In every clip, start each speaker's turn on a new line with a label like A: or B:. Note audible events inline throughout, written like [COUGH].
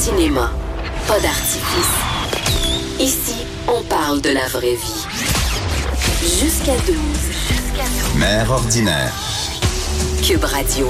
A: cinéma, pas d'artifice. Ici, on parle de la vraie vie. Jusqu'à 12.
B: Mère ordinaire.
A: Cube Radio.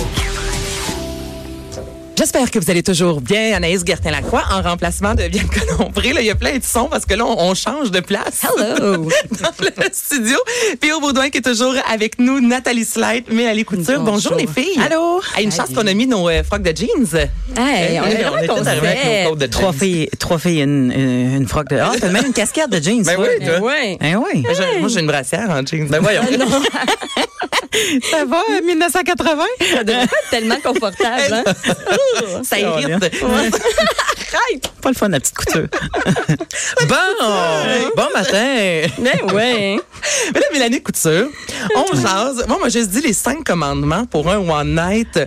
C: J'espère que vous allez toujours bien, Anaïs Gertin-Lacroix, en remplacement de Bianca Lombré. Là, il y a plein de sons parce que là, on, on change de place.
D: Hello!
C: [LAUGHS] Dans le studio. Pierre Baudouin qui est toujours avec nous, Nathalie Slide, Mélanie Couture. Bonjour,
D: Bonjour.
C: les filles.
D: Allô.
C: Hey, une chance qu'on a mis nos euh, frocs de jeans.
D: Hey, on
C: Hey,
D: est
C: Eh, on est
D: vraiment
C: tous arrivés avec nos
D: concept.
C: codes de
E: Trois
C: jeans.
E: filles, trois filles et une, une, une froc de. Ah, t'as même une casquette de jeans.
C: Ben
E: toi.
C: oui, toi.
D: Ouais.
E: Ben oui.
C: Ben, j'ai- Moi, j'ai une brassière en jeans. Ben
D: [LAUGHS]
C: voyons.
E: Ça va, 1980?
D: Ça devrait pas être tellement confortable. Hein?
C: Ça irrite. [LAUGHS]
D: Arrête!
E: Pas le fun, la petite couture. bon! Bon matin!
D: Mais Ben ouais.
C: Mais là, Mélanie Couture, on jase. Moi, moi, je dis les cinq commandements pour un One Night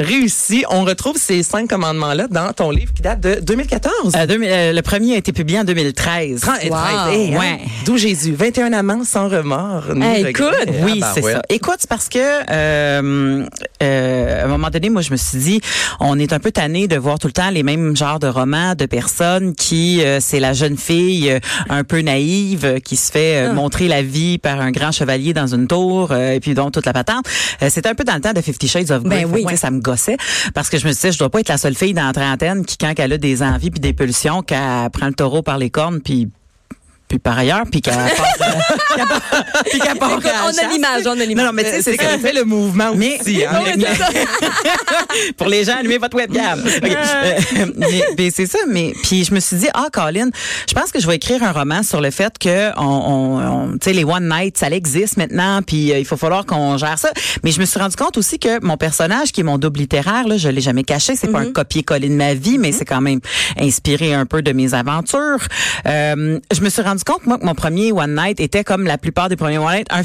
C: réussi. On retrouve ces cinq commandements-là dans ton livre qui date de 2014.
E: Euh, 2000, euh, le premier a été publié en 2013.
C: 30 et
D: Wow.
C: 13. Hey, hein?
E: Ouais. Eh,
C: D'où Jésus. 21 amants sans remords. ni
D: Hey,
C: regret.
D: écoute,
C: Ah,
E: Oui,
C: ben
E: c'est
C: ouais.
E: ça. Écoute, c'est parce que euh, euh, à un moment donné, moi, je me suis dit, on est un peu tanné de voir tout le temps les mêmes genres de romans de personnes qui, euh, c'est la jeune fille euh, un peu naïve euh, qui se fait euh, montrer la vie par un grand chevalier dans une tour euh, et puis donc toute la patente. Euh, C'était un peu dans le temps de Fifty Shades of
D: Ben
E: Grey. Fait que,
D: oui.
E: ouais, ça me gossait parce que je me disais, je dois pas être la seule fille dans la trentaine qui, quand elle a des envies puis des pulsions, qu'elle prend le taureau par les cornes puis puis par ailleurs, puis [LAUGHS] qu'elle passe, qu'elle part- puis qu'elle part
D: Écoute,
E: à la
D: on a
E: chasse.
D: l'image, on a l'image.
E: Non, non, mais tu sais, c'est
C: C'est qu'elle
E: comme-
C: fait le
E: [LAUGHS]
C: mouvement
E: Mais-
C: aussi. hein.
E: Non, Ah, mais- [LAUGHS] pour les gens, allumez votre [LAUGHS] webcam. Ok. Euh, mais mais c'est ça. Mais puis je me suis dit, ah, Colin, je pense que je vais écrire un roman sur le fait que on, on- on- tu sais, les one night, ça existe maintenant. Puis euh, il faut falloir qu'on gère ça. Mais je me suis rendu compte aussi que mon personnage, qui est mon double littéraire, là, je l'ai jamais caché. C'est pas
C: Mhm.
E: un copier-coller de ma vie, mais c'est quand même inspiré un peu de mes aventures. Euh, je me suis rendu compte moi que mon premier one night était comme la plupart des premiers one night, un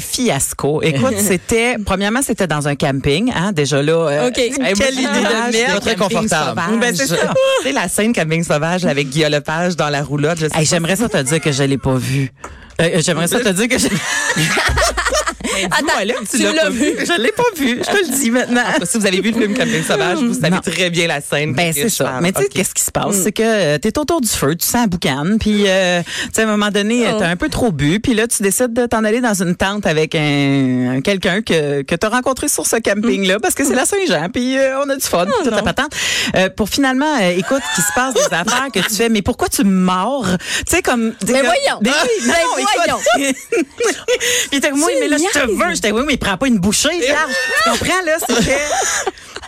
C: [LAUGHS]
E: fiasco. Écoute, c'était premièrement c'était dans un camping, hein, déjà là. euh,
D: OK.
E: [LAUGHS] Hey,
C: Quelle idée de merde.
E: Pas très confortable.
C: Ben, c'est ça. Tu sais, la scène Camping Sauvage avec Guillaume Lepage dans la roulotte. je sais pas
E: Hey, J'aimerais ça te dire que je l'ai pas vu. Euh, J'aimerais ça te
C: [LAUGHS]
E: dire que je,
D: Attends,
C: Voilà,
D: tu l'as vu.
E: je l'ai pas vu. Je te le dis maintenant.
C: Parce que Ah, Si vous avez vu le film Camping Sauvage, vous savez
E: Non.
C: très bien la scène.
E: Ben c'est ça. Mais tu sais qu'est-ce qui se passe, c'est que euh, t'es autour du feu, tu sens boucan, puis euh, tu sais à un moment donné euh, t'as un peu trop bu, puis là tu décides de t'en aller dans une tente avec un, un quelqu'un que que t'as rencontré sur ce camping là, parce que c'est la Saint-Jean, puis euh, on a du fun, puis toute la patente. Euh, pour finalement, euh, écoute, qu'il se passe des affaires que tu fais, mais pourquoi tu me mords Tu sais comme.
D: Mais voyons.
E: Ben [LAUGHS] oui,
D: Mais
E: non, écoute. [LAUGHS] Puis t'es comme, oui,
D: Tu
E: mais là je te
D: niaises.
E: veux, j'étais oui, mais prends pas une bouchée, large. tu comprends là, c'était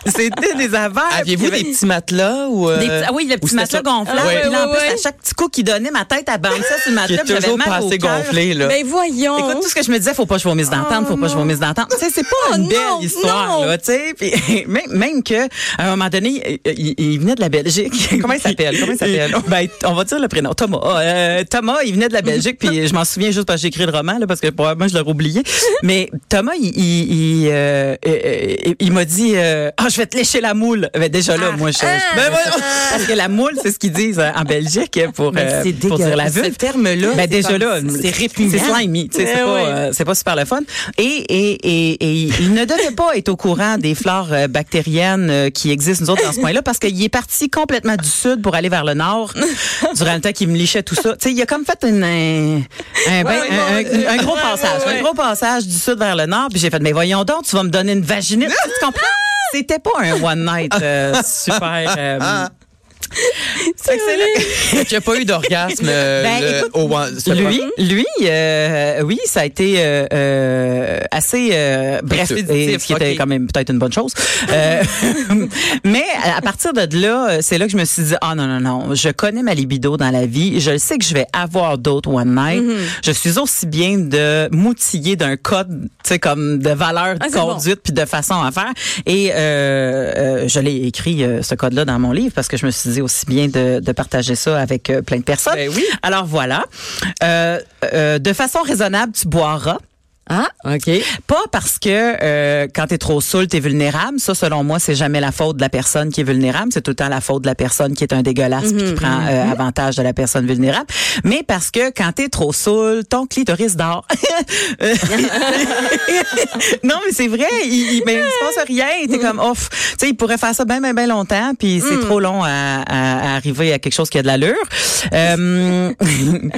E: c'était des affaires.
C: Aviez-vous
E: puis il y
C: des
E: avait-
C: petits matelas ou. euh,
E: des petits- ah oui, le
C: ou
E: petit
C: c'était
E: matelas
C: ça-
E: gonflable.
D: Ah ouais,
E: puis là, en
D: ouais,
E: plus,
D: ouais.
E: à chaque petit coup qu'il donnait, ma tête, elle ça sur le
C: Qui
E: matelas.
C: est
E: puis j'avais
C: toujours
E: mal
C: pas
E: au
C: assez
E: cœur.
C: gonflé, là.
D: Mais Ben voyons.
E: Écoute, tout ce que je me disais, faut pas que je vomisse d'entendre, faut pas que
C: Oh
E: je vomisse d'entendre. Tu sais, c'est pas
D: Oh
E: une belle
D: non,
E: histoire,
D: non.
E: là, tu sais. Puis [LAUGHS] même, même que, à un moment donné, il, il- il venait de la Belgique.
C: [LAUGHS] Comment il s'appelle? Comment il s'appelle?
E: [LAUGHS] Ben, on va dire le prénom. Thomas. Euh, Thomas, il venait de
C: [LAUGHS]
E: la Belgique, puis je m'en souviens juste parce que j'ai écrit le roman, là, parce que probablement je l'aurais oublié. Mais Thomas, il, il, il, euh, euh, euh, il m'a dit, euh, ah, je vais te lécher la moule. Ben, déjà
C: Ah,
E: là, moi, je, je-
D: Ben
E: parce que la moule, c'est ce qu'ils disent euh, en Belgique pour,
C: Mais
E: euh,
C: Ben, c'est
E: pour dire la
C: dégueulasse.
E: vulve.
C: Ce terme-là, c'est
E: ben, déjà
C: comme-
E: là,
C: c'est répugnant.
E: C'est slimy, tu sais, c'est
C: Eh
E: pas,
C: oui.
E: euh, c'est pas super le fun. Et, et, et, et il ne devait pas être au courant des flores euh, bactériennes euh, qui existent, nous autres, dans ce coin-là, parce qu'il est parti complètement du sud pour aller vers le nord
C: [LAUGHS]
E: durant le temps qu'il me lichait tout ça. Tu sais, il a comme fait une, un, un, ben- un- un- un gros passage, un gros passage du sud vers le nord, puis j'ai fait, mais voyons donc, tu vas me donner une vaginite, tu comprends? C'était pas un one night euh, super. euh,
C: Fait que c'est [LAUGHS] là qu'il n'y Ah. a pas eu d'orgasme euh,
E: Ben,
C: le-
E: écoute,
C: au one- ce
E: Lui,
C: moment.
E: lui, euh, oui, ça a été euh, euh, assez euh, bref,
C: Expéditif,
E: et ce qui était
C: ok.
E: quand même peut-être une bonne chose. Euh, [LAUGHS] mais à- à partir de là, euh, c'est là que je me suis dit, ah non non non, je connais ma libido dans la vie, je le sais que je vais avoir d'autres one night.
D: Mm-hmm.
E: Je suis aussi bien de m'outiller d'un code, tu sais comme de valeur
D: Ah,
E: de
D: c'est bon.
E: conduite puis de façon à faire. Et euh, euh, je l'ai écrit euh, ce code-là dans mon livre parce que je me suis dit aussi bien de, de partager ça avec euh, plein de personnes.
C: Ben oui.
E: Alors voilà. Euh, euh, de façon raisonnable, tu boiras.
D: Ah,
E: OK. Pas parce que euh, quand t'es trop saoul, t'es vulnérable. Ça, selon moi, c'est jamais la faute de la personne qui est vulnérable. C'est tout le temps la faute de la personne qui est un dégueulasse puis qui prend euh, avantage de la personne vulnérable. Mais parce que quand t'es trop saoul, ton clitoris dort. [LAUGHS] Euh, [LAUGHS] non, mais c'est vrai. Il, il, ben, il se passe rien. T'es
C: Mm.
E: comme, off. Tu sais, il pourrait faire ça bien, bien, bien longtemps puis c'est trop long à, à- à arriver à quelque chose qui a de l'allure. Euh, [LAUGHS]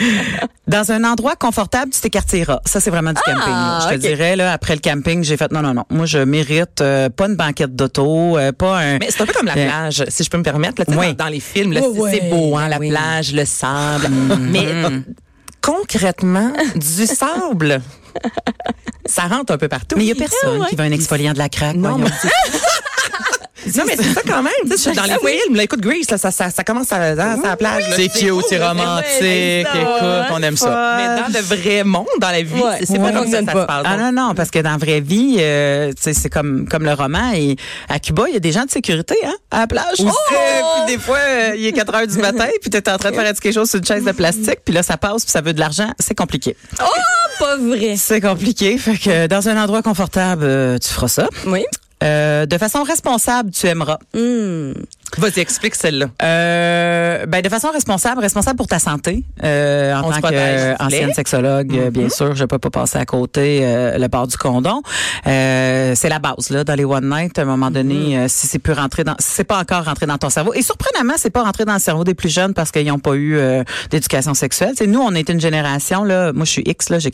E: dans un endroit confortable, tu t'écartieras. Ça, c'est vraiment du
C: Ah,
E: camping. là. Je te
D: ok.
E: dirais, là, après le camping, j'ai fait non, non, non. Moi, je mérite euh, pas une banquette d'auto, euh, pas un.
C: Mais c'est un peu comme la
E: Euh,
C: plage, si je peux me permettre. Là, tu sais,
E: Oui.
C: dans, dans les films, là,
D: Oui,
C: c'est- c'est
D: oui.
C: beau, hein, la
D: Oui.
C: plage, le sable.
F: Mm-hmm.
E: Mm.
C: Mais euh, concrètement, [LAUGHS] du sable, ça rentre un peu partout.
E: Mais il y a personne qui veut un exfoliant de la craque.
C: Non,
E: voyons.
C: mais Non, mais c'est ça quand même. Tu sais, je suis dans les films, là, écoute Grease, là, ça, ça, ça commence à, à, à la plage. là,
F: C'est cute, c'est
D: c'est
F: romantique.
D: ça,
F: Écoute, on aime ça.
C: Mais dans le vrai monde, dans la vie,
D: Ouais.
C: c'est c'est
D: Ouais.
C: pas comme ça que ça
D: Fonctionne
C: se passe.
E: Ah
C: Donc,
E: non, non, parce que dans la vraie vie, euh, tu sais, c'est comme, comme le roman. Et à Cuba, il y a des gens de sécurité hein, à la plage. Euh, puis des fois, euh, il est 4 heures du matin, puis tu es en train de faire quelque chose sur une chaise de plastique, puis là, ça passe, puis ça veut de l'argent. C'est compliqué.
D: Oh, pas vrai.
E: C'est compliqué. Fait que euh, dans un endroit confortable, euh, tu feras ça.
D: Oui.
E: Euh, de façon responsable, tu aimeras.
C: Vas-y, explique celle-là.
E: Euh, ben de façon responsable, responsable pour ta santé. Euh, en
C: On se
E: tant
C: protège, s'il vous
E: qu'ancienne
C: plaît.
E: sexologue, euh, bien sûr, je peux pas passer à côté euh, le bord du condom. Euh, c'est la base là dans les one night. À un moment donné, euh, si c'est plus rentré dans, si c'est pas encore rentré dans ton cerveau. Et surprenamment, c'est pas rentré dans le cerveau des plus jeunes parce qu'ils n'ont pas eu euh, d'éducation sexuelle. Tu sais, nous, on est une génération là. Moi, je suis X là, j'ai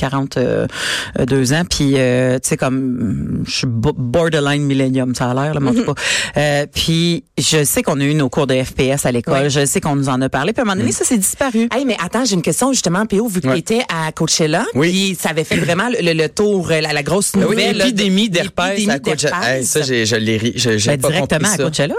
E: 42 ans, puis euh, tu sais comme je suis bo- borderline millennium, ça a l'air là, mais en tout cas. Euh, puis je sais qu'on a eu nos cours de FPS à l'école, je sais qu'on nous en a parlé, puis à un moment donné, ça s'est disparu.
C: Hey, mais attends, j'ai une question justement, PO, vu que
F: Ouais.
C: t'étais à Coachella,
F: Oui.
C: puis ça avait fait vraiment le, le- le tour, euh, la, la grosse
F: Ah oui,
C: nouvelle. là,
F: L'épidémie
C: de-
F: d'herpès
C: l'épidémie
F: à Coachella.
C: d'herpès.
F: Hey, ça, j'ai- je l'ai ri. Je- J'ai
E: Ben,
F: pas
E: directement
F: compris
E: à
F: ça.
E: Coachella.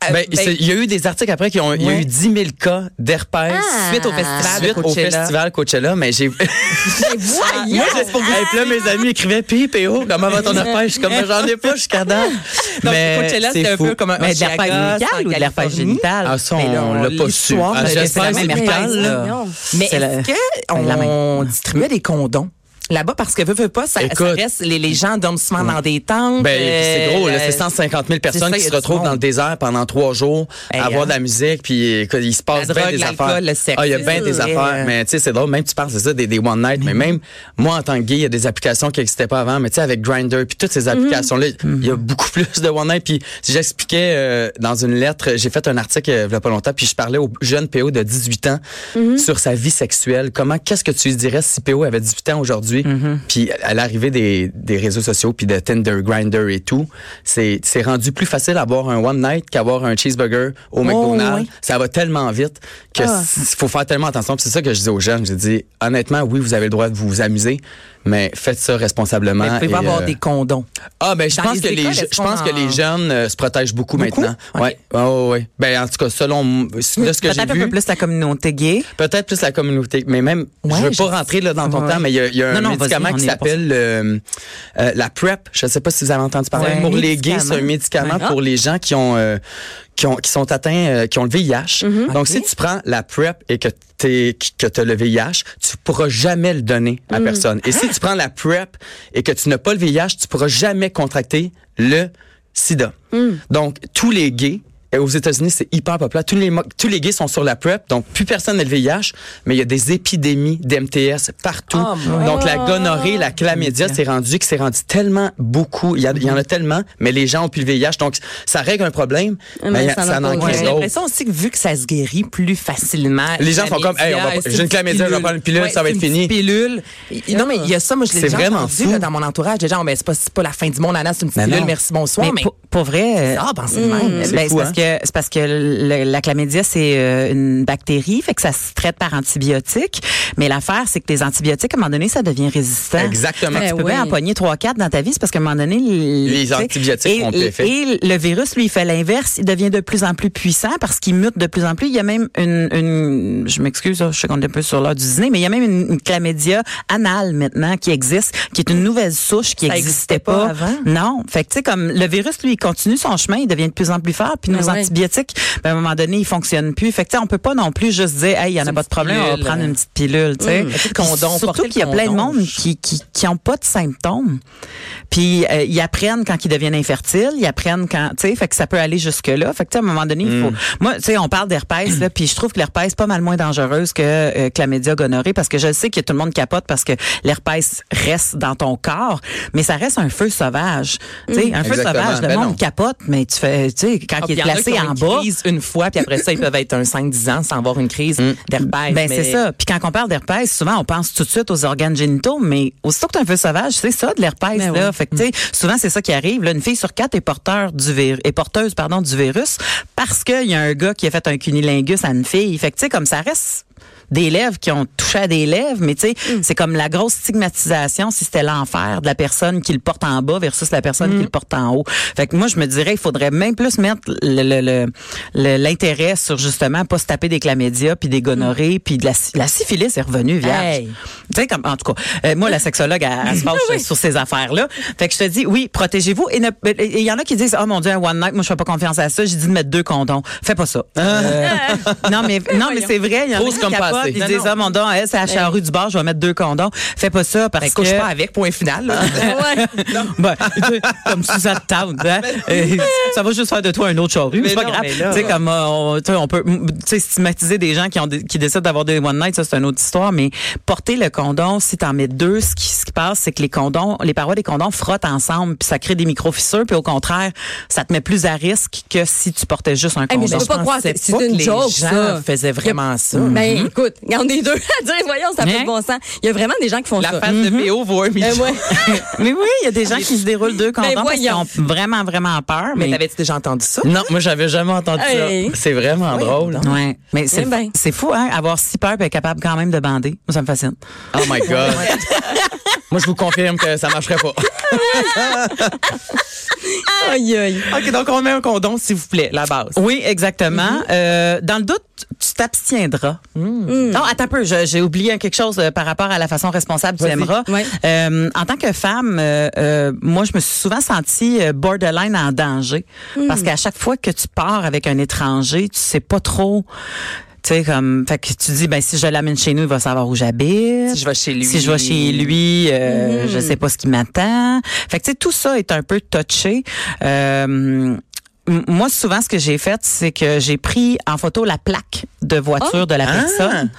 F: Ben,
C: ben-
F: c'est- il y a eu des articles après qui ont, il y a
C: Ouais. Ah,
F: eu 10 000 cas d'herpès
C: Suite au festival de
F: suite au
C: Coachella.
F: festival Coachella,
C: [LAUGHS]
F: mais j'ai.
D: Mais Ben voyons.
F: Moi, juste pour vous. Et puis là, mes amis écrivaient, puis PO, comment va ton herpès? Je suis comme, j'en ai pas jusqu'à date.
C: Donc,
F: Mais
C: Coachella,
F: c'est
C: c'était un
F: fou.
C: peu comme un
E: Mais de l'herpès
C: Oshiaga, c'est en
E: médicale ou de l'herpès
C: Californie.
E: génital?
F: Ah, ça,
C: Mais là,
F: on
C: on-
F: l'a pas su.
C: l'histoire,
F: Ah,
C: mais
E: c'est la
F: J'espère que c'est
E: même
F: médical,
E: herpès,
F: là.
E: là.
D: Non.
C: Mais
E: C'est la-
C: est-ce
E: c'est la
C: qu'on distribuait des condoms? Là-bas, parce que veut, veut pas, ça, ça
F: Écoute.
C: reste, les, les gens dorment souvent dans des tentes.
F: Ben, c'est
C: euh,
F: gros, là,
C: euh,
F: c'est 150 000
C: c'est
F: personnes
C: ça,
F: qui
C: y a
F: se
C: du
F: retrouvent
C: monde.
F: dans le désert pendant trois jours,
C: Hey,
F: à
C: hein.
F: avoir de la musique, puis écoute, il se passe
C: La
F: bien
C: drogue,
F: des
C: l'alcool,
F: affaires.
C: le sexe,
F: ah, il y a
C: c'est
F: bien des
C: sûr.
F: affaires, mais tu sais, c'est drôle, même tu parles, c'est ça, des, des one night, mais même moi, en tant que gay, il y a des applications qui n'existaient pas avant, mais tu sais, avec Grindr, puis toutes
C: Mhm.
F: ces applications-là, il y a beaucoup [LAUGHS] plus de one night, puis si j'expliquais euh, dans une lettre, j'ai fait un article euh, il y a pas longtemps, puis je parlais au jeune PO de 18 ans
C: Mhm.
F: sur sa vie sexuelle, comment, qu'est-ce que tu lui dirais si PO avait 18 ans aujourd'hui,
C: Mhm.
F: puis à l'arrivée des, des réseaux sociaux, puis de Tinder, Grinder et tout, c'est c'est rendu plus facile d'avoir un one night qu'avoir un cheeseburger au
C: Oh,
F: McDonald's. Ça va tellement vite que
C: Ah.
F: s- faut faire tellement attention. Puis C'est ça que je dis aux jeunes. Je dis honnêtement, oui, vous avez le droit de vous amuser, mais faites ça responsablement.
C: ben, vous pouvez pas
F: et,
C: avoir
F: euh,
C: des condoms.
F: ah ben je
C: Dans
F: pense
C: les
F: que les
C: écoles,
F: je
C: est-ce
F: je pense
C: qu'on
F: que les
C: en-
F: jeunes euh, se protègent beaucoup,
C: Beaucoup?
F: maintenant. Ouais. Ouais, ouais, ouais. Ben en tout cas selon m- de ce que j'ai
E: Peut-être un peu
F: vu.
E: plus la communauté gay.
F: Peut-être plus la communauté, mais même,
C: Ouais,
F: je veux
C: je
F: pas
C: sais.
F: rentrer là, dans ton
E: Ouais.
F: temps, mais il y a, il y a
E: Non,
F: un
E: non, vas-y,
F: médicament
E: on
F: qui
E: est là pour ça.
F: s'appelle euh, euh, la PrEP. Je sais pas si vous avez entendu parler.
E: Ouais.
F: Pour
E: Un
F: les gays, c'est un médicament pour les gens qui ont, euh, qui ont qui sont atteints, euh, qui ont le VIH.
E: Mm-hmm.
F: Donc, si tu prends la PrEP et que t'es que t'as le VIH, tu pourras jamais le donner à
E: Mm.
F: personne. Et si tu prends la PrEP et que tu n'as pas le VIH, tu pourras jamais contracter le sida.
E: Mm.
F: Donc, tous les gays et aux États-Unis, c'est hyper populaire. Tous les, mo- tous les gays sont sur la PrEP, donc plus personne n'a le VIH, mais il y a des épidémies d'MTS partout.
C: Oh my
F: donc, la gonorrhée, la chlamydia, c'est rendu que c'est rendu tellement beaucoup. Il y, a- il y en
D: Mm-hmm.
F: a tellement, mais les gens ont plus le VIH. Donc, ça règle un problème, mais,
D: mais
F: il y a-
D: ça en
F: ça
D: a
F: en
D: pas
F: crée
D: autre.
C: J'ai
F: d'autres.
C: l'impression aussi que vu que ça se guérit plus facilement.
F: Les gens font comme, hey, on va- j'ai une chlamydia, je vais prendre une pilule, ça va être fini.
C: Pilule. Non, mais il y a ça, moi, je l'ai
F: C'est
C: déjà
F: vraiment
C: entendu
F: fou.
C: là, dans mon entourage. Des gens, oh, ben, c'est pas, c'est pas la fin du monde, Anna, c'est une petite
F: Mais non.
C: pilule, merci, bonsoir. Mais,
E: mais pour, pour vrai, euh,
C: ah, ben, c'est le même.
E: Ben,
F: C'est
E: c'est
F: fou,
E: parce
F: hein?
E: que c'est parce que le- la chlamydia c'est euh, une bactérie, fait que ça se traite par antibiotiques. Mais l'affaire c'est que les antibiotiques à un moment donné ça devient résistant.
F: Exactement.
C: Eh
E: Fait que tu
D: Ben
E: peux
D: oui.
E: bien en pogner 3 4 dans ta vie, c'est parce qu'à un moment donné l-
F: Les
E: tu sais,
F: antibiotiques
E: et,
F: ont l'effet.
E: Et le virus lui il fait l'inverse, il devient de plus en plus puissant parce qu'il mute de plus en plus, il y a même une, une- je m'excuse, je sais qu'on est un peu sur l'heure du dîner, mais il y a même une, une chlamydia anale maintenant qui existe, qui est une nouvelle souche qui
C: Ça
E: n'existait
C: existait pas avant? Ah
E: non. Fait que, tu sais, comme le virus, lui, il continue son chemin, il devient de plus en plus fort, puis nos antibiotiques, ben, à un moment donné, ils fonctionnent plus. Fait que, tu sais, on peut pas non plus juste dire, hey, il y en a
C: une
E: pas de problème, on
C: pilule.
E: va prendre une petite pilule, tu sais.
C: Mmh. Un petit
E: Puis
C: condom, porter
E: Surtout
C: le
E: qu'il y a plein de
C: condom.
E: monde qui, qui, qui ont pas de symptômes. Puis, euh, ils apprennent quand ils deviennent infertiles, ils apprennent quand, tu sais, fait que ça peut aller jusque-là. Fait que, tu sais, à un moment donné, il faut,
C: Mm.
E: moi, tu sais, on parle d'herpès, là, puis je trouve que l'herpès est pas mal moins dangereuse que, euh, que la média gonorrhée parce que je sais que tout le monde capote parce que l'herpès reste dans ton corps, mais ça reste un feu sauvage. Tu
C: Mm.
E: sais, un feu
F: Exactement.
E: sauvage, le
F: Ben
E: monde
F: non.
E: capote, mais tu fais, tu sais, quand
C: Ah, puis
E: il est
C: y en a qui
E: placé
C: ont
E: en
C: une
E: bas.
C: crise une fois, puis après ça, ils peuvent être un 5-10 ans sans avoir une crise
F: Mm.
C: d'herpès.
E: Ben,
C: mais-
E: c'est ça. Puis quand on parle d'herpès, souvent, on pense tout de suite aux organes génitaux, mais aussitôt que tu un feu sauvage, c'est ça, de l'herpès,
D: Ben
E: là.
D: oui.
E: Fait que, tu sais, souvent, c'est ça qui arrive. Là, une fille sur quatre est, porteur du vir- est porteuse, pardon, du virus parce qu'il y a un gars qui a fait un cunilingus à une fille. Fait que, tu sais, comme ça reste des lèvres qui ont touché à des lèvres, mais tu sais,
D: Mm.
E: c'est comme la grosse stigmatisation si c'était l'enfer de la personne qui le porte en bas versus la personne
D: Mm.
E: qui le porte en haut. Fait que moi, je me dirais, il faudrait même plus mettre le- le- le- le- l'intérêt sur justement pas se taper des chlamydia puis des gonorrhées puis de la, sy- la syphilis est revenue vierge.
C: Hey.
E: Tu sais, comme, en tout cas, euh, moi, la sexologue, elle, elle se penche
D: Oui.
E: sur ces affaires-là. Fait que je te dis, oui, protégez-vous. Et ne- et il y en a qui disent, oh mon Dieu, un one night, moi, je fais pas confiance à ça. J'ai dit de mettre deux condoms. Fais pas ça. Euh, non, mais, non, mais c'est vrai. Il y en a
F: Pose
E: qui
F: comme
E: capotent,
F: passé.
E: Ils
F: Non,
E: disent,
F: non.
E: oh mon Dieu, elle, c'est à la charrue du bar, je vais mettre deux condoms. Fais pas ça parce
C: Ben,
E: que.
C: couche pas avec, point final. là.
D: Ouais.
E: [LAUGHS] Ben, tu sais, comme Suzanne Town, hein? Euh, ça va juste faire de toi un autre charrue,
C: Mais
E: c'est pas
C: non,
E: grave.
C: mais
E: Tu
C: là-
E: sais comme euh, on, tu sais, on peut mm, tu sais, stigmatiser des gens qui ont des- qui décident d'avoir des one night, ça c'est une autre histoire, mais porter le condom, si t'en mets deux, ce qui, ce qui passe, c'est que les condoms, les parois des condoms frottent ensemble, puis ça crée des micro-fissures, puis au contraire, ça te met plus à risque que si tu portais juste un
D: Eh,
E: condom.
D: mais je peux pas croire,
C: pensais
D: c'est c'est
C: pas que
D: une
C: les
D: joke,
C: gens
D: ça.
C: faisaient vraiment ça.
D: Ben, écoute, il y en a deux à dire, voyons, ça fait
E: Hein?
D: de bon sens. Il y a vraiment des gens qui font
C: La
D: ça.
C: face de PO vaut un million.
D: Ben, ouais.
E: Mais oui, il y a des gens qui se
D: [LAUGHS]
E: déroulent deux condoms parce qu'ils
D: voyons.
E: ont vraiment, vraiment peur.
C: Mais
E: Mais,
C: t'avais-tu déjà entendu ça?
F: Non, moi, j'avais jamais entendu
D: Hey.
F: ça. C'est vraiment drôle.
E: Ouais, mais c'est
D: Eh ben.
E: c'est fou, hein, avoir si peur et être capable quand même de bander. Moi, ça me fascine.
F: Oh my
D: [LAUGHS]
F: God. moi, je vous confirme que ça marcherait pas.
D: Aïe, aïe.
C: OK, donc on met un condom, s'il vous plaît, la base.
E: Oui, exactement. Euh, dans le doute, tu t'abstiendras. Mm. Non, attends un peu, je- j'ai oublié quelque chose euh, par rapport à la façon responsable tu aimeras.
D: Ouais.
E: Euh, en tant que femme, euh, euh, moi, je me suis souvent sentie euh, borderline en danger parce qu'à chaque fois que tu pars avec un étranger, tu sais pas trop. Tu sais, comme, fait que tu dis, ben, si je l'amène chez nous, il va savoir où j'habite.
C: Si je vais chez lui.
E: Si je vais chez lui,
F: Mhm.
E: euh, je sais pas ce qui m'attend. Fait que, tu sais, tout ça est un peu touché. Euh, m- moi, souvent, ce que j'ai fait, c'est que j'ai pris en photo la plaque de voiture
F: Oh.
E: de
F: Ah.
E: la personne.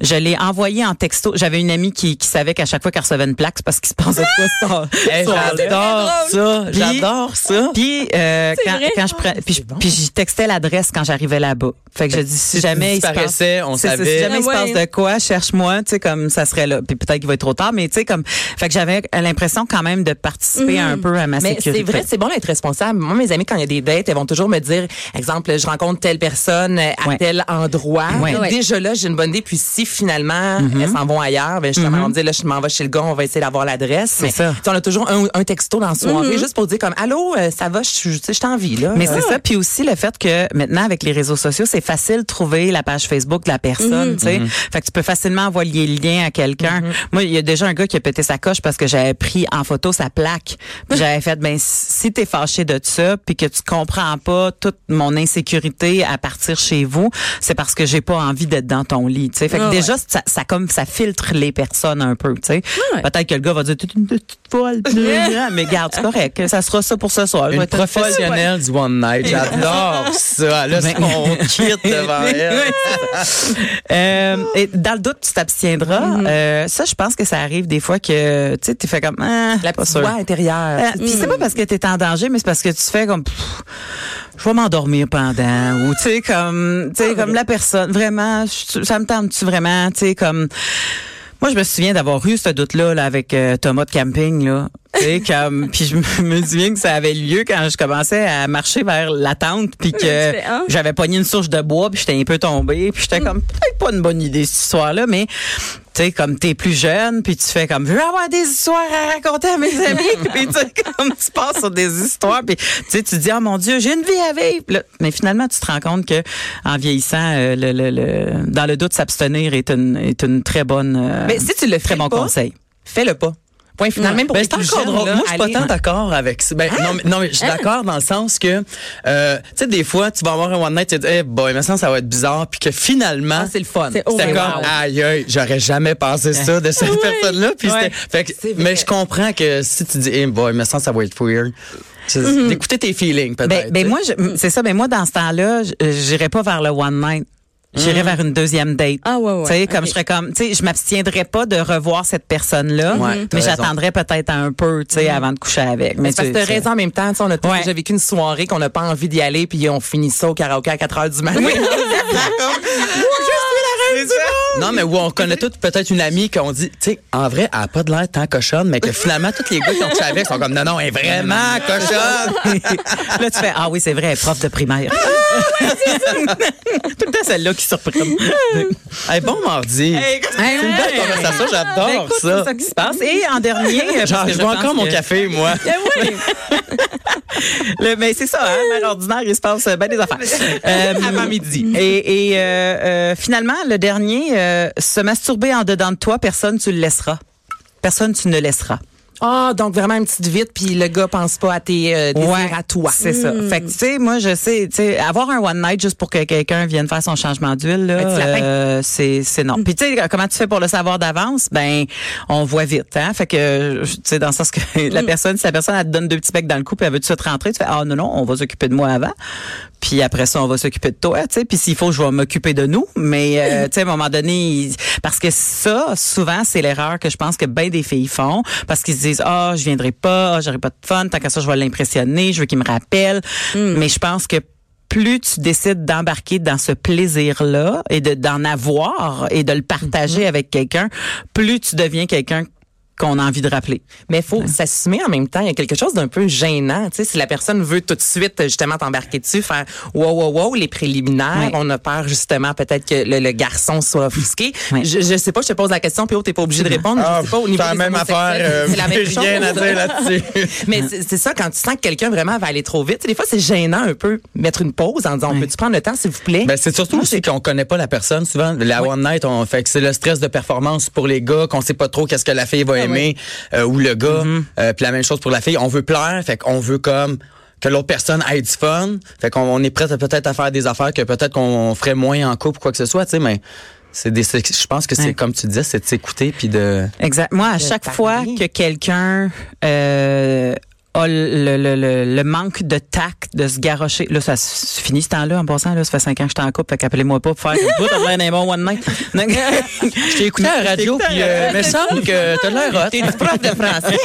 E: Je l'ai envoyée en texto. J'avais une amie qui, qui savait qu'à chaque fois qu'elle recevait une plaque, c'est parce qu'il se [LAUGHS] passait de quoi sur-
F: Hey,
E: sur la
F: Eh, j'adore
E: lettre.
F: ça.
E: Puis-
F: J'adore ça.
E: Puis euh,
D: C'est
E: quand,
D: vrai.
E: quand je prenais, puis je-
C: bon.
E: puis j'y textais l'adresse quand j'arrivais là-bas. Fait que je dis si
F: si tu
E: jamais il se passe,
F: disparaissais, on
E: C'est ça,
F: savait.
E: si jamais il se
D: Ah ouais.
E: passe de quoi, cherche-moi, tu sais comme ça serait là. Puis peut-être qu'il va être trop tard, mais tu sais comme, fait que j'avais l'impression quand même de participer un peu à ma
C: Mais
E: sécurité.
C: c'est vrai, c'est bon d'être responsable. Moi, mes amis, quand il y a des dates, elles vont toujours me dire, exemple, je rencontre telle personne euh, à
E: Ouais.
C: tel endroit.
E: Ouais. Mm-hmm.
C: Puis
D: Ouais.
C: Déjà là, j'ai une bonne idée. Puis si finalement, elles s'en vont ailleurs, ben justement, on me dit, là, je m'en vais chez le gars, on va essayer d'avoir l'adresse. Mais
E: ça.
C: tu sais, on a toujours un, un texto dans la soirée, juste pour dire comme, allô, euh, ça va, je suis- tu sais, je t'envie, là. Euh,
E: Mais
D: Ah
E: c'est ça. Puis aussi le fait que maintenant, avec les réseaux sociaux, c'est facile de trouver la page Facebook de la
D: Mhm.
E: personne. tu sais. Fait que tu peux facilement envoyer le lien à quelqu'un. Moi, il y a déjà un gars qui a pété sa coche parce que j'avais pris en photo sa plaque. Puis j'avais fait, ben, si t'es fâché de ça, puis que tu comprends pas toute mon insécurité à partir chez vous, c'est parce que j'ai pas envie d'être dans ton lit. tu sais. Fait que
D: Ah ouais. Ah
E: déjà, ça, ça comme ça filtre les personnes un peu. tu sais.
D: ouais.
E: Peut-être que le gars va dire, t'es une petite folle. tu
D: [LAUGHS]
E: sais. hein? Mais garde, c'est correct. Ça sera ça pour ce soir. Je vais
F: Une
E: être folle.
F: professionnelle du One
E: [LAUGHS]
F: Night. J'adore ça.
E: Ben,
F: Là, c'est qu'on quitte devant elle.
E: [LAUGHS] Euh, et dans le doute, tu t'abstiendras. Euh, ça, je pense que ça arrive des fois que tu sais, tu fais comme ah,
C: La
E: pas
C: petite
E: sûr.
C: voix intérieure.
E: Euh, Puis c'est pas parce que t'es en danger, mais c'est parce que tu fais comme Pff, je vais m'endormir pendant ou tu sais comme tu sais comme la personne vraiment je- ça me tente tu vraiment tu sais comme moi je me souviens d'avoir eu ce doute là, avec euh, Thomas de camping là. Tu sais, comme [LAUGHS] puis je me- me souviens que ça avait lieu quand je commençais à marcher vers la tente puis
D: Tu
E: que
D: fais, hein?
E: j'avais pogné une source de bois puis j'étais un peu tombée puis
C: Mm.
E: j'étais comme peut-être pas une bonne idée cette histoire là mais tu sais comme t'es plus jeune puis tu fais comme je veux avoir des histoires à raconter à mes [LAUGHS] amis puis tu sais, comme tu passes sur des histoires puis tu sais tu dis oh mon dieu j'ai une vie à vivre Puis là, mais finalement tu te rends compte que en vieillissant euh, le, le- le- dans le doute s'abstenir est une est une très bonne euh,
C: Mais si tu le
E: très
C: fais
E: bon
C: pas,
E: conseil
C: Fais-le pas.
E: Point final. Même pour
C: Ben,
E: les
C: c'est
E: plus
C: encore
E: jeunes,
C: drôle.
E: là,
F: Moi, je suis pas
E: allez.
F: tant d'accord avec ça. Ben, non, mais, non, mais je suis
C: Hein?
F: d'accord dans le sens que, euh, tu sais, des fois, tu vas avoir un one night, tu te dis, eh, boy, mais ça, ça va être bizarre, puis que finalement,
C: Ah, c'est le fun.
D: C'est- oh
F: c'était
D: my
F: comme,
D: wow.
F: aïe, aïe, j'aurais jamais pensé ça de cette personne-là. Puis
E: Ouais.
F: c'était- fait que-
E: C'est vrai.
F: mais je comprends que si tu dis, eh, boy, mais ça, ça va être weird. C'est- D'écouter tes feelings, peut-être.
E: Mm-hmm. Ben, ben
F: tu sais.
E: moi, je- c'est ça. Ben moi, dans ce temps-là, je- euh, j'irais pas vers le one night.
C: Mm.
E: J'irais vers une deuxième date.
D: Ah, ouais, ouais.
E: Tu sais, comme
D: Ok.
E: je serais comme, tu sais, je m'abstiendrais pas de revoir cette personne-là,
F: Ouais, t'as
E: mais
F: raison.
E: j'attendrais peut-être un peu, tu sais, avant de coucher avec.
C: Mais Mm. Ben, c'est parce que
E: tu-
C: t'as
E: tu-
C: raison en même temps. tu sais, On a tous
E: Ouais.
C: déjà vécu une soirée qu'on n'a pas envie d'y aller, puis on finit ça au karaoké à 4 h du matin.
F: Non, mais où on connaît tous peut-être une amie qu'on dit, tu sais, en vrai, elle a pas de l'air tant cochonne, mais que finalement, tous les gars qui ont couché avec sont comme, non, non, elle
E: [LAUGHS]
F: est vraiment cochonne.
E: Là, tu fais, ah oui, c'est vrai, prof de primaire.
C: Ah,
E: [LAUGHS] Tout le temps, celle-là qui surprend.
F: Eh, Hey, bon mardi.
E: C'est une
F: Belle conversation,
C: Ben,
F: j'adore ça.
E: C'est Ben, ça qui se passe. Et en dernier, euh, parce
F: Genre,
E: que
F: je bois
E: pense
F: encore mon
E: que-
F: café, moi.
C: Eh
E: Le- mais c'est ça, hein, mère ordinaire, il se passe bien
C: [LAUGHS]
E: des affaires. Avant midi. Et, et, euh, euh, finalement, le dernier, euh, se masturber en dedans de toi, personne tu le laisseras. Personne tu ne laisseras.
C: Ah, donc vraiment une petite vite, puis le gars pense pas à tes euh, désirs à toi. Hmm.
E: C'est ça. Fait que, tu sais, moi, je sais, tu sais, avoir un one night juste pour que quelqu'un vienne faire son changement d'huile, là,
C: Un petit lapin.
E: euh, c'est, c'est non. Puis, tu sais, comment tu fais pour le savoir d'avance? Ben, on voit vite, hein. Fait que, je- tu sais, dans le sens que [LAUGHS] la personne, si la personne, elle te donne deux petits becs dans le cou, puis elle veut-tu te rentrer, tu fais, ah, non, non, on va s'occuper de moi avant. Puis après ça, on va s'occuper de toi, tu sais. Puis s'il faut, je vais m'occuper de nous. Mais, euh, tu sais, à un moment donné, il- parce que ça, souvent, c'est l'erreur que je pense que bien des filles font parce qu'ils se disent, ah, je viendrai pas, ah, j'aurai pas de fun, tant qu'à ça, je vais l'impressionner, je veux qu'il me rappelle. Mais je pense que plus tu décides d'embarquer dans ce plaisir-là et de, d'en avoir et de le
F: Mhm.
E: partager avec quelqu'un, plus tu deviens quelqu'un qu'on a envie de rappeler.
C: Mais il faut s'assumer en même temps. Il y a quelque chose d'un peu gênant. Tu sais, si la personne veut tout de suite euh, justement t'embarquer dessus, faire wow, wow, wow, les préliminaires,
E: Ouais.
C: on a peur justement peut-être que le, le garçon soit offusqué.
E: Ouais.
C: Je, je sais pas, je te pose la question, puis oh, t'es pas obligé de répondre. je sais pas, au niveau
F: Ah, la
C: des
F: même affaire.
C: homosexuels,
F: euh,
C: c'est la
F: [LAUGHS]
C: même chose.
F: rien à dire là-dessus.
C: [LAUGHS] Mais c'est c'est ça, quand tu sens que quelqu'un vraiment va aller trop vite, tu sais, des fois, c'est gênant un peu mettre une pause en disant, on peut-tu prendre le temps, s'il vous plaît?
F: Ben, c'est surtout aussi qu'on connaît pas la personne souvent. La one night, on fait que c'est le stress de performance pour les gars, qu'on sait pas trop qu'est-ce que la fille
E: Ah
F: va aimer euh, ou le gars.
E: Mm-hmm.
F: Euh, Puis la même chose pour la fille, on veut plaire, fait qu'on veut comme que l'autre personne ait du fun, fait qu'on on est prêt à peut-être à faire des affaires que peut-être qu'on ferait moins en couple ou quoi que ce soit, tu sais, mais c'est des c'est- je pense que c'est
E: Ouais.
F: comme tu disais, c'est de s'écouter puis de
E: Exact. Moi, à chaque
C: parler.
E: fois que quelqu'un euh, a le, le- le- le manque de tact de se garrocher, là, ça se finit ce temps-là en passant. Là, ça fait cinq ans que je suis en couple, fait qu'appelez-moi pas pour faire comme toi, t'as l'air d'un bon one night. Donc,
F: [LAUGHS] Je t'ai
E: [LAUGHS]
F: écouté à la radio, puis euh, il me semble que t'as l'air hot.
E: T'es du prof de français.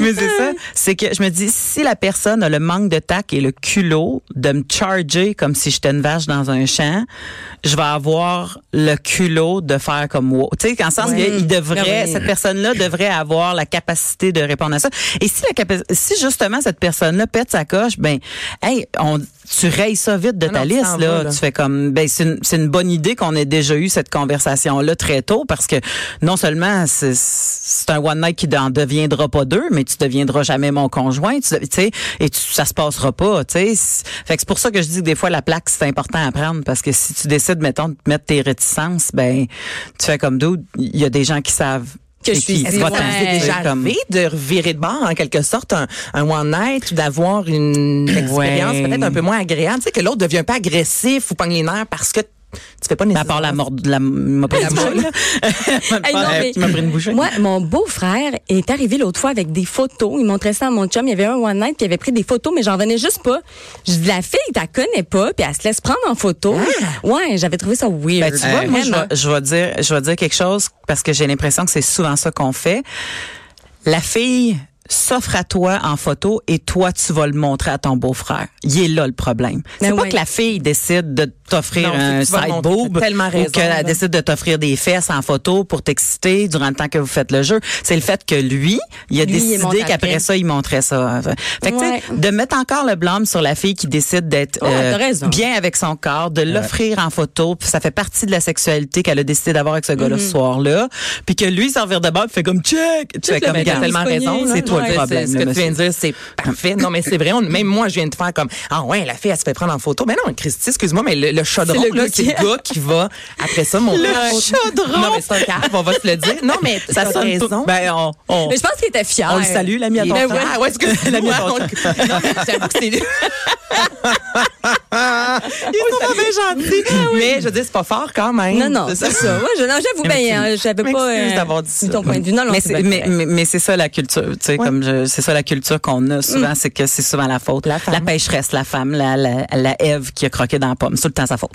E: Mais c'est ça. C'est que je me dis, si la personne a le manque de tact et le culot de me charger comme si j'étais une vache dans un champ, je vais avoir le culot de faire comme wow. Tu sais, qu'en sens
D: Ouais.
E: qu'il devrait,
C: Ben
D: Ah oui.
E: cette personne-là devrait avoir la capacité de répondre à ça. Et si la capa- si justement cette personne-là pète sa coche, ben, hey, on, tu rayes ça vite de
C: Ah non,
E: ta
C: tu
E: liste,
C: t'en
E: là.
C: vas, là.
E: Tu fait comme ben c'est une, c'est une bonne idée qu'on ait déjà eu cette conversation là très tôt parce que non seulement c'est- c'est un one night qui n'en deviendra pas deux mais tu deviendras jamais mon conjoint tu tu sais et tu, ça se passera pas tu sais C'est- fait que c'est pour ça que je dis que des fois la plaque c'est important à prendre parce que si tu décides mettons de mettre tes réticences ben tu fais comme d'autres il y a des gens qui savent
D: Que
E: et
D: je suis
E: qui
D: ici,
E: vont
D: ouais.
E: t'en-
C: C'est
E: tu sais,
C: déjà
E: comme-
C: arrivé de revirer de bord en quelque sorte un, un one night ou d'avoir une expérience peut-être un peu moins agréable, tu sais que l'autre devient pas agressif ou pogne les nerfs parce que tu fais pas
E: à
C: nécessairement.
E: part la mort de la m'a pas [LAUGHS] dit-
D: Hey, non,
E: Ouais,
D: mais-
E: tu m'as pris une bouchée.
D: Moi, mon beau-frère est arrivé l'autre fois avec des photos. Il montrait ça à mon chum. Il y avait un one night puis il avait pris des photos, mais j'en venais juste pas. Je dis, la fille, t'as connais pas, puis elle se laisse prendre en photo. Ouais, j'avais trouvé ça weird.
E: Ah! Ben, tu vois, moi, je
D: Vraiment.
E: vais, je vais dire, je vais dire quelque chose parce que j'ai l'impression que c'est souvent ça qu'on fait. La fille s'offre à toi en photo et toi, tu vas le montrer à ton beau-frère. Il est là le problème. C'est
D: Ben
E: pas
D: oui.
E: que la fille décide de t'offrir
C: Non,
E: un
C: c'est que tu vas le
E: side
C: montrer.
E: boob
C: T'as tellement
E: ou
C: raison, là.
E: qu'elle décide de t'offrir des fesses en photo pour t'exciter durant le temps que vous faites le jeu. C'est le fait que lui, il a
D: Lui, il montre
E: décidé qu'après
D: après.
E: ça, il montrait ça. Fait que, tu sais,
D: Ouais.
E: de mettre encore le blâme sur la fille qui décide d'être
D: Ouais, t'as raison.
E: Euh, bien avec son corps, de l'offrir en photo, puis ça fait partie de la sexualité qu'elle a décidé d'avoir avec ce gars-là ce soir-là, puis que lui il s'en revient de bord, puis fait comme check, tu fais
D: le
E: comme
D: mec, il
E: Regarde,
D: se
E: tellement
D: pognait,
E: raison,
D: là.
E: c'est vois le
C: C'est-
E: problème,
C: Ce
E: là,
C: que tu
E: monsieur.
C: viens de dire, c'est parfait. Non, mais c'est vrai. on- même moi, je viens de faire comme Ah ouais, la fille, elle se fait prendre en photo. Mais non, Christy, excuse-moi, mais le, le chaudron,
D: C'est le
C: là,
D: gars
C: c'est
D: qui-
C: le gars qui va après ça mon
E: Le chaudron!
C: Non, mais c'est un cave, on va se le dire. Non, mais ça
E: sonne
C: raison.
E: pas- Ben, on, on-
D: Mais je pense qu'il était fier.
E: on le salue, l'ami à ton
D: Ben
E: frère.
D: ouais.
C: Ah [LAUGHS] ouais, excuse-moi.
E: L'ami à ton
C: Non, mais J'avoue que c'est. Ils sont pas bien gentils. Mais je dis, c'est pas fort quand même.
D: Non, non, c'est ça. Ouais, je- non, j'avoue, ben, euh, j'avais
C: M'excuse
D: pas euh,
C: d'avoir dit ça.
D: ton point de vue. Non, non,
E: mais
D: c'est
E: c'est
D: bien
E: mais,
D: correct.
E: mais, mais c'est ça la culture tu sais comme je- c'est ça la culture qu'on a souvent
D: Mm.
E: c'est que c'est souvent la faute la, pêcheresse la femme la la, la Ève qui a croqué dans la pomme c'est tout le temps sa faute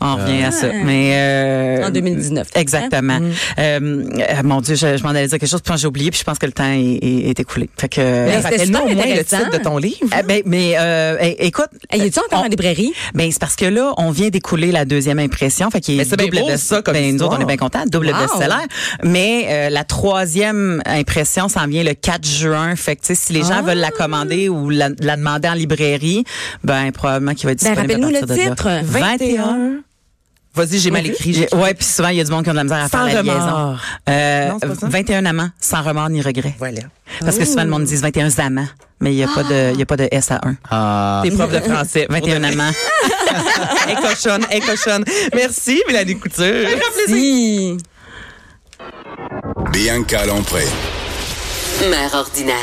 E: on revient à ça mais euh,
D: Ah. En 2019,
E: exactement
D: Mm.
E: Euh, euh, mon dieu je, je m'en allais dire quelque chose puis j'ai oublié puis je pense que le temps est, est- est écoulé fait que
D: Mais c'était
C: Rappelle-nous
D: super
C: au moins le
D: intéressant.
C: titre de ton livre.
E: Ah, ben, mais euh, é- écoute
D: Hey, y tu encore
E: on-
D: en librairie?
E: ben c'est parce que là, on vient d'écouler la deuxième impression, fait qu'il
C: Mais
E: est
C: c'est bien
E: double
C: beau,
E: best-
C: ça, comme
E: ben, nous autres,
C: histoire.
E: on est bien contents, double
D: Wow.
E: best-seller. Mais euh, la troisième impression, ça en vient le 4 juin. Fait que tu sais, si les gens
C: Ah!
E: veulent la commander ou la, la demander en librairie, ben probablement qu'il va être
D: Ben,
E: disponible
D: rappelle-nous le
E: à partir de là.
D: titre.
E: 21.
C: Vas-y, j'ai mal écrit. j'ai-
E: J'ai- Ouais, puis souvent il y a du monde qui a de la misère à
C: Sans
E: faire la liaison.
C: remords.
E: Euh,
C: Non, c'est pas ça?
E: 21 amants, sans remords ni regrets.
C: Voilà.
E: Parce que souvent le monde dit 21 amants, mais il y a pas de il y a pas de S à 1.
F: Ah,
C: T'es prof de français. [LAUGHS]
E: 21 amants.
C: Hey, cochonne, hey, cochonne. Merci, Mélanie Couture.
D: Si.
B: Bianca Lompré.
A: Mère ordinaire.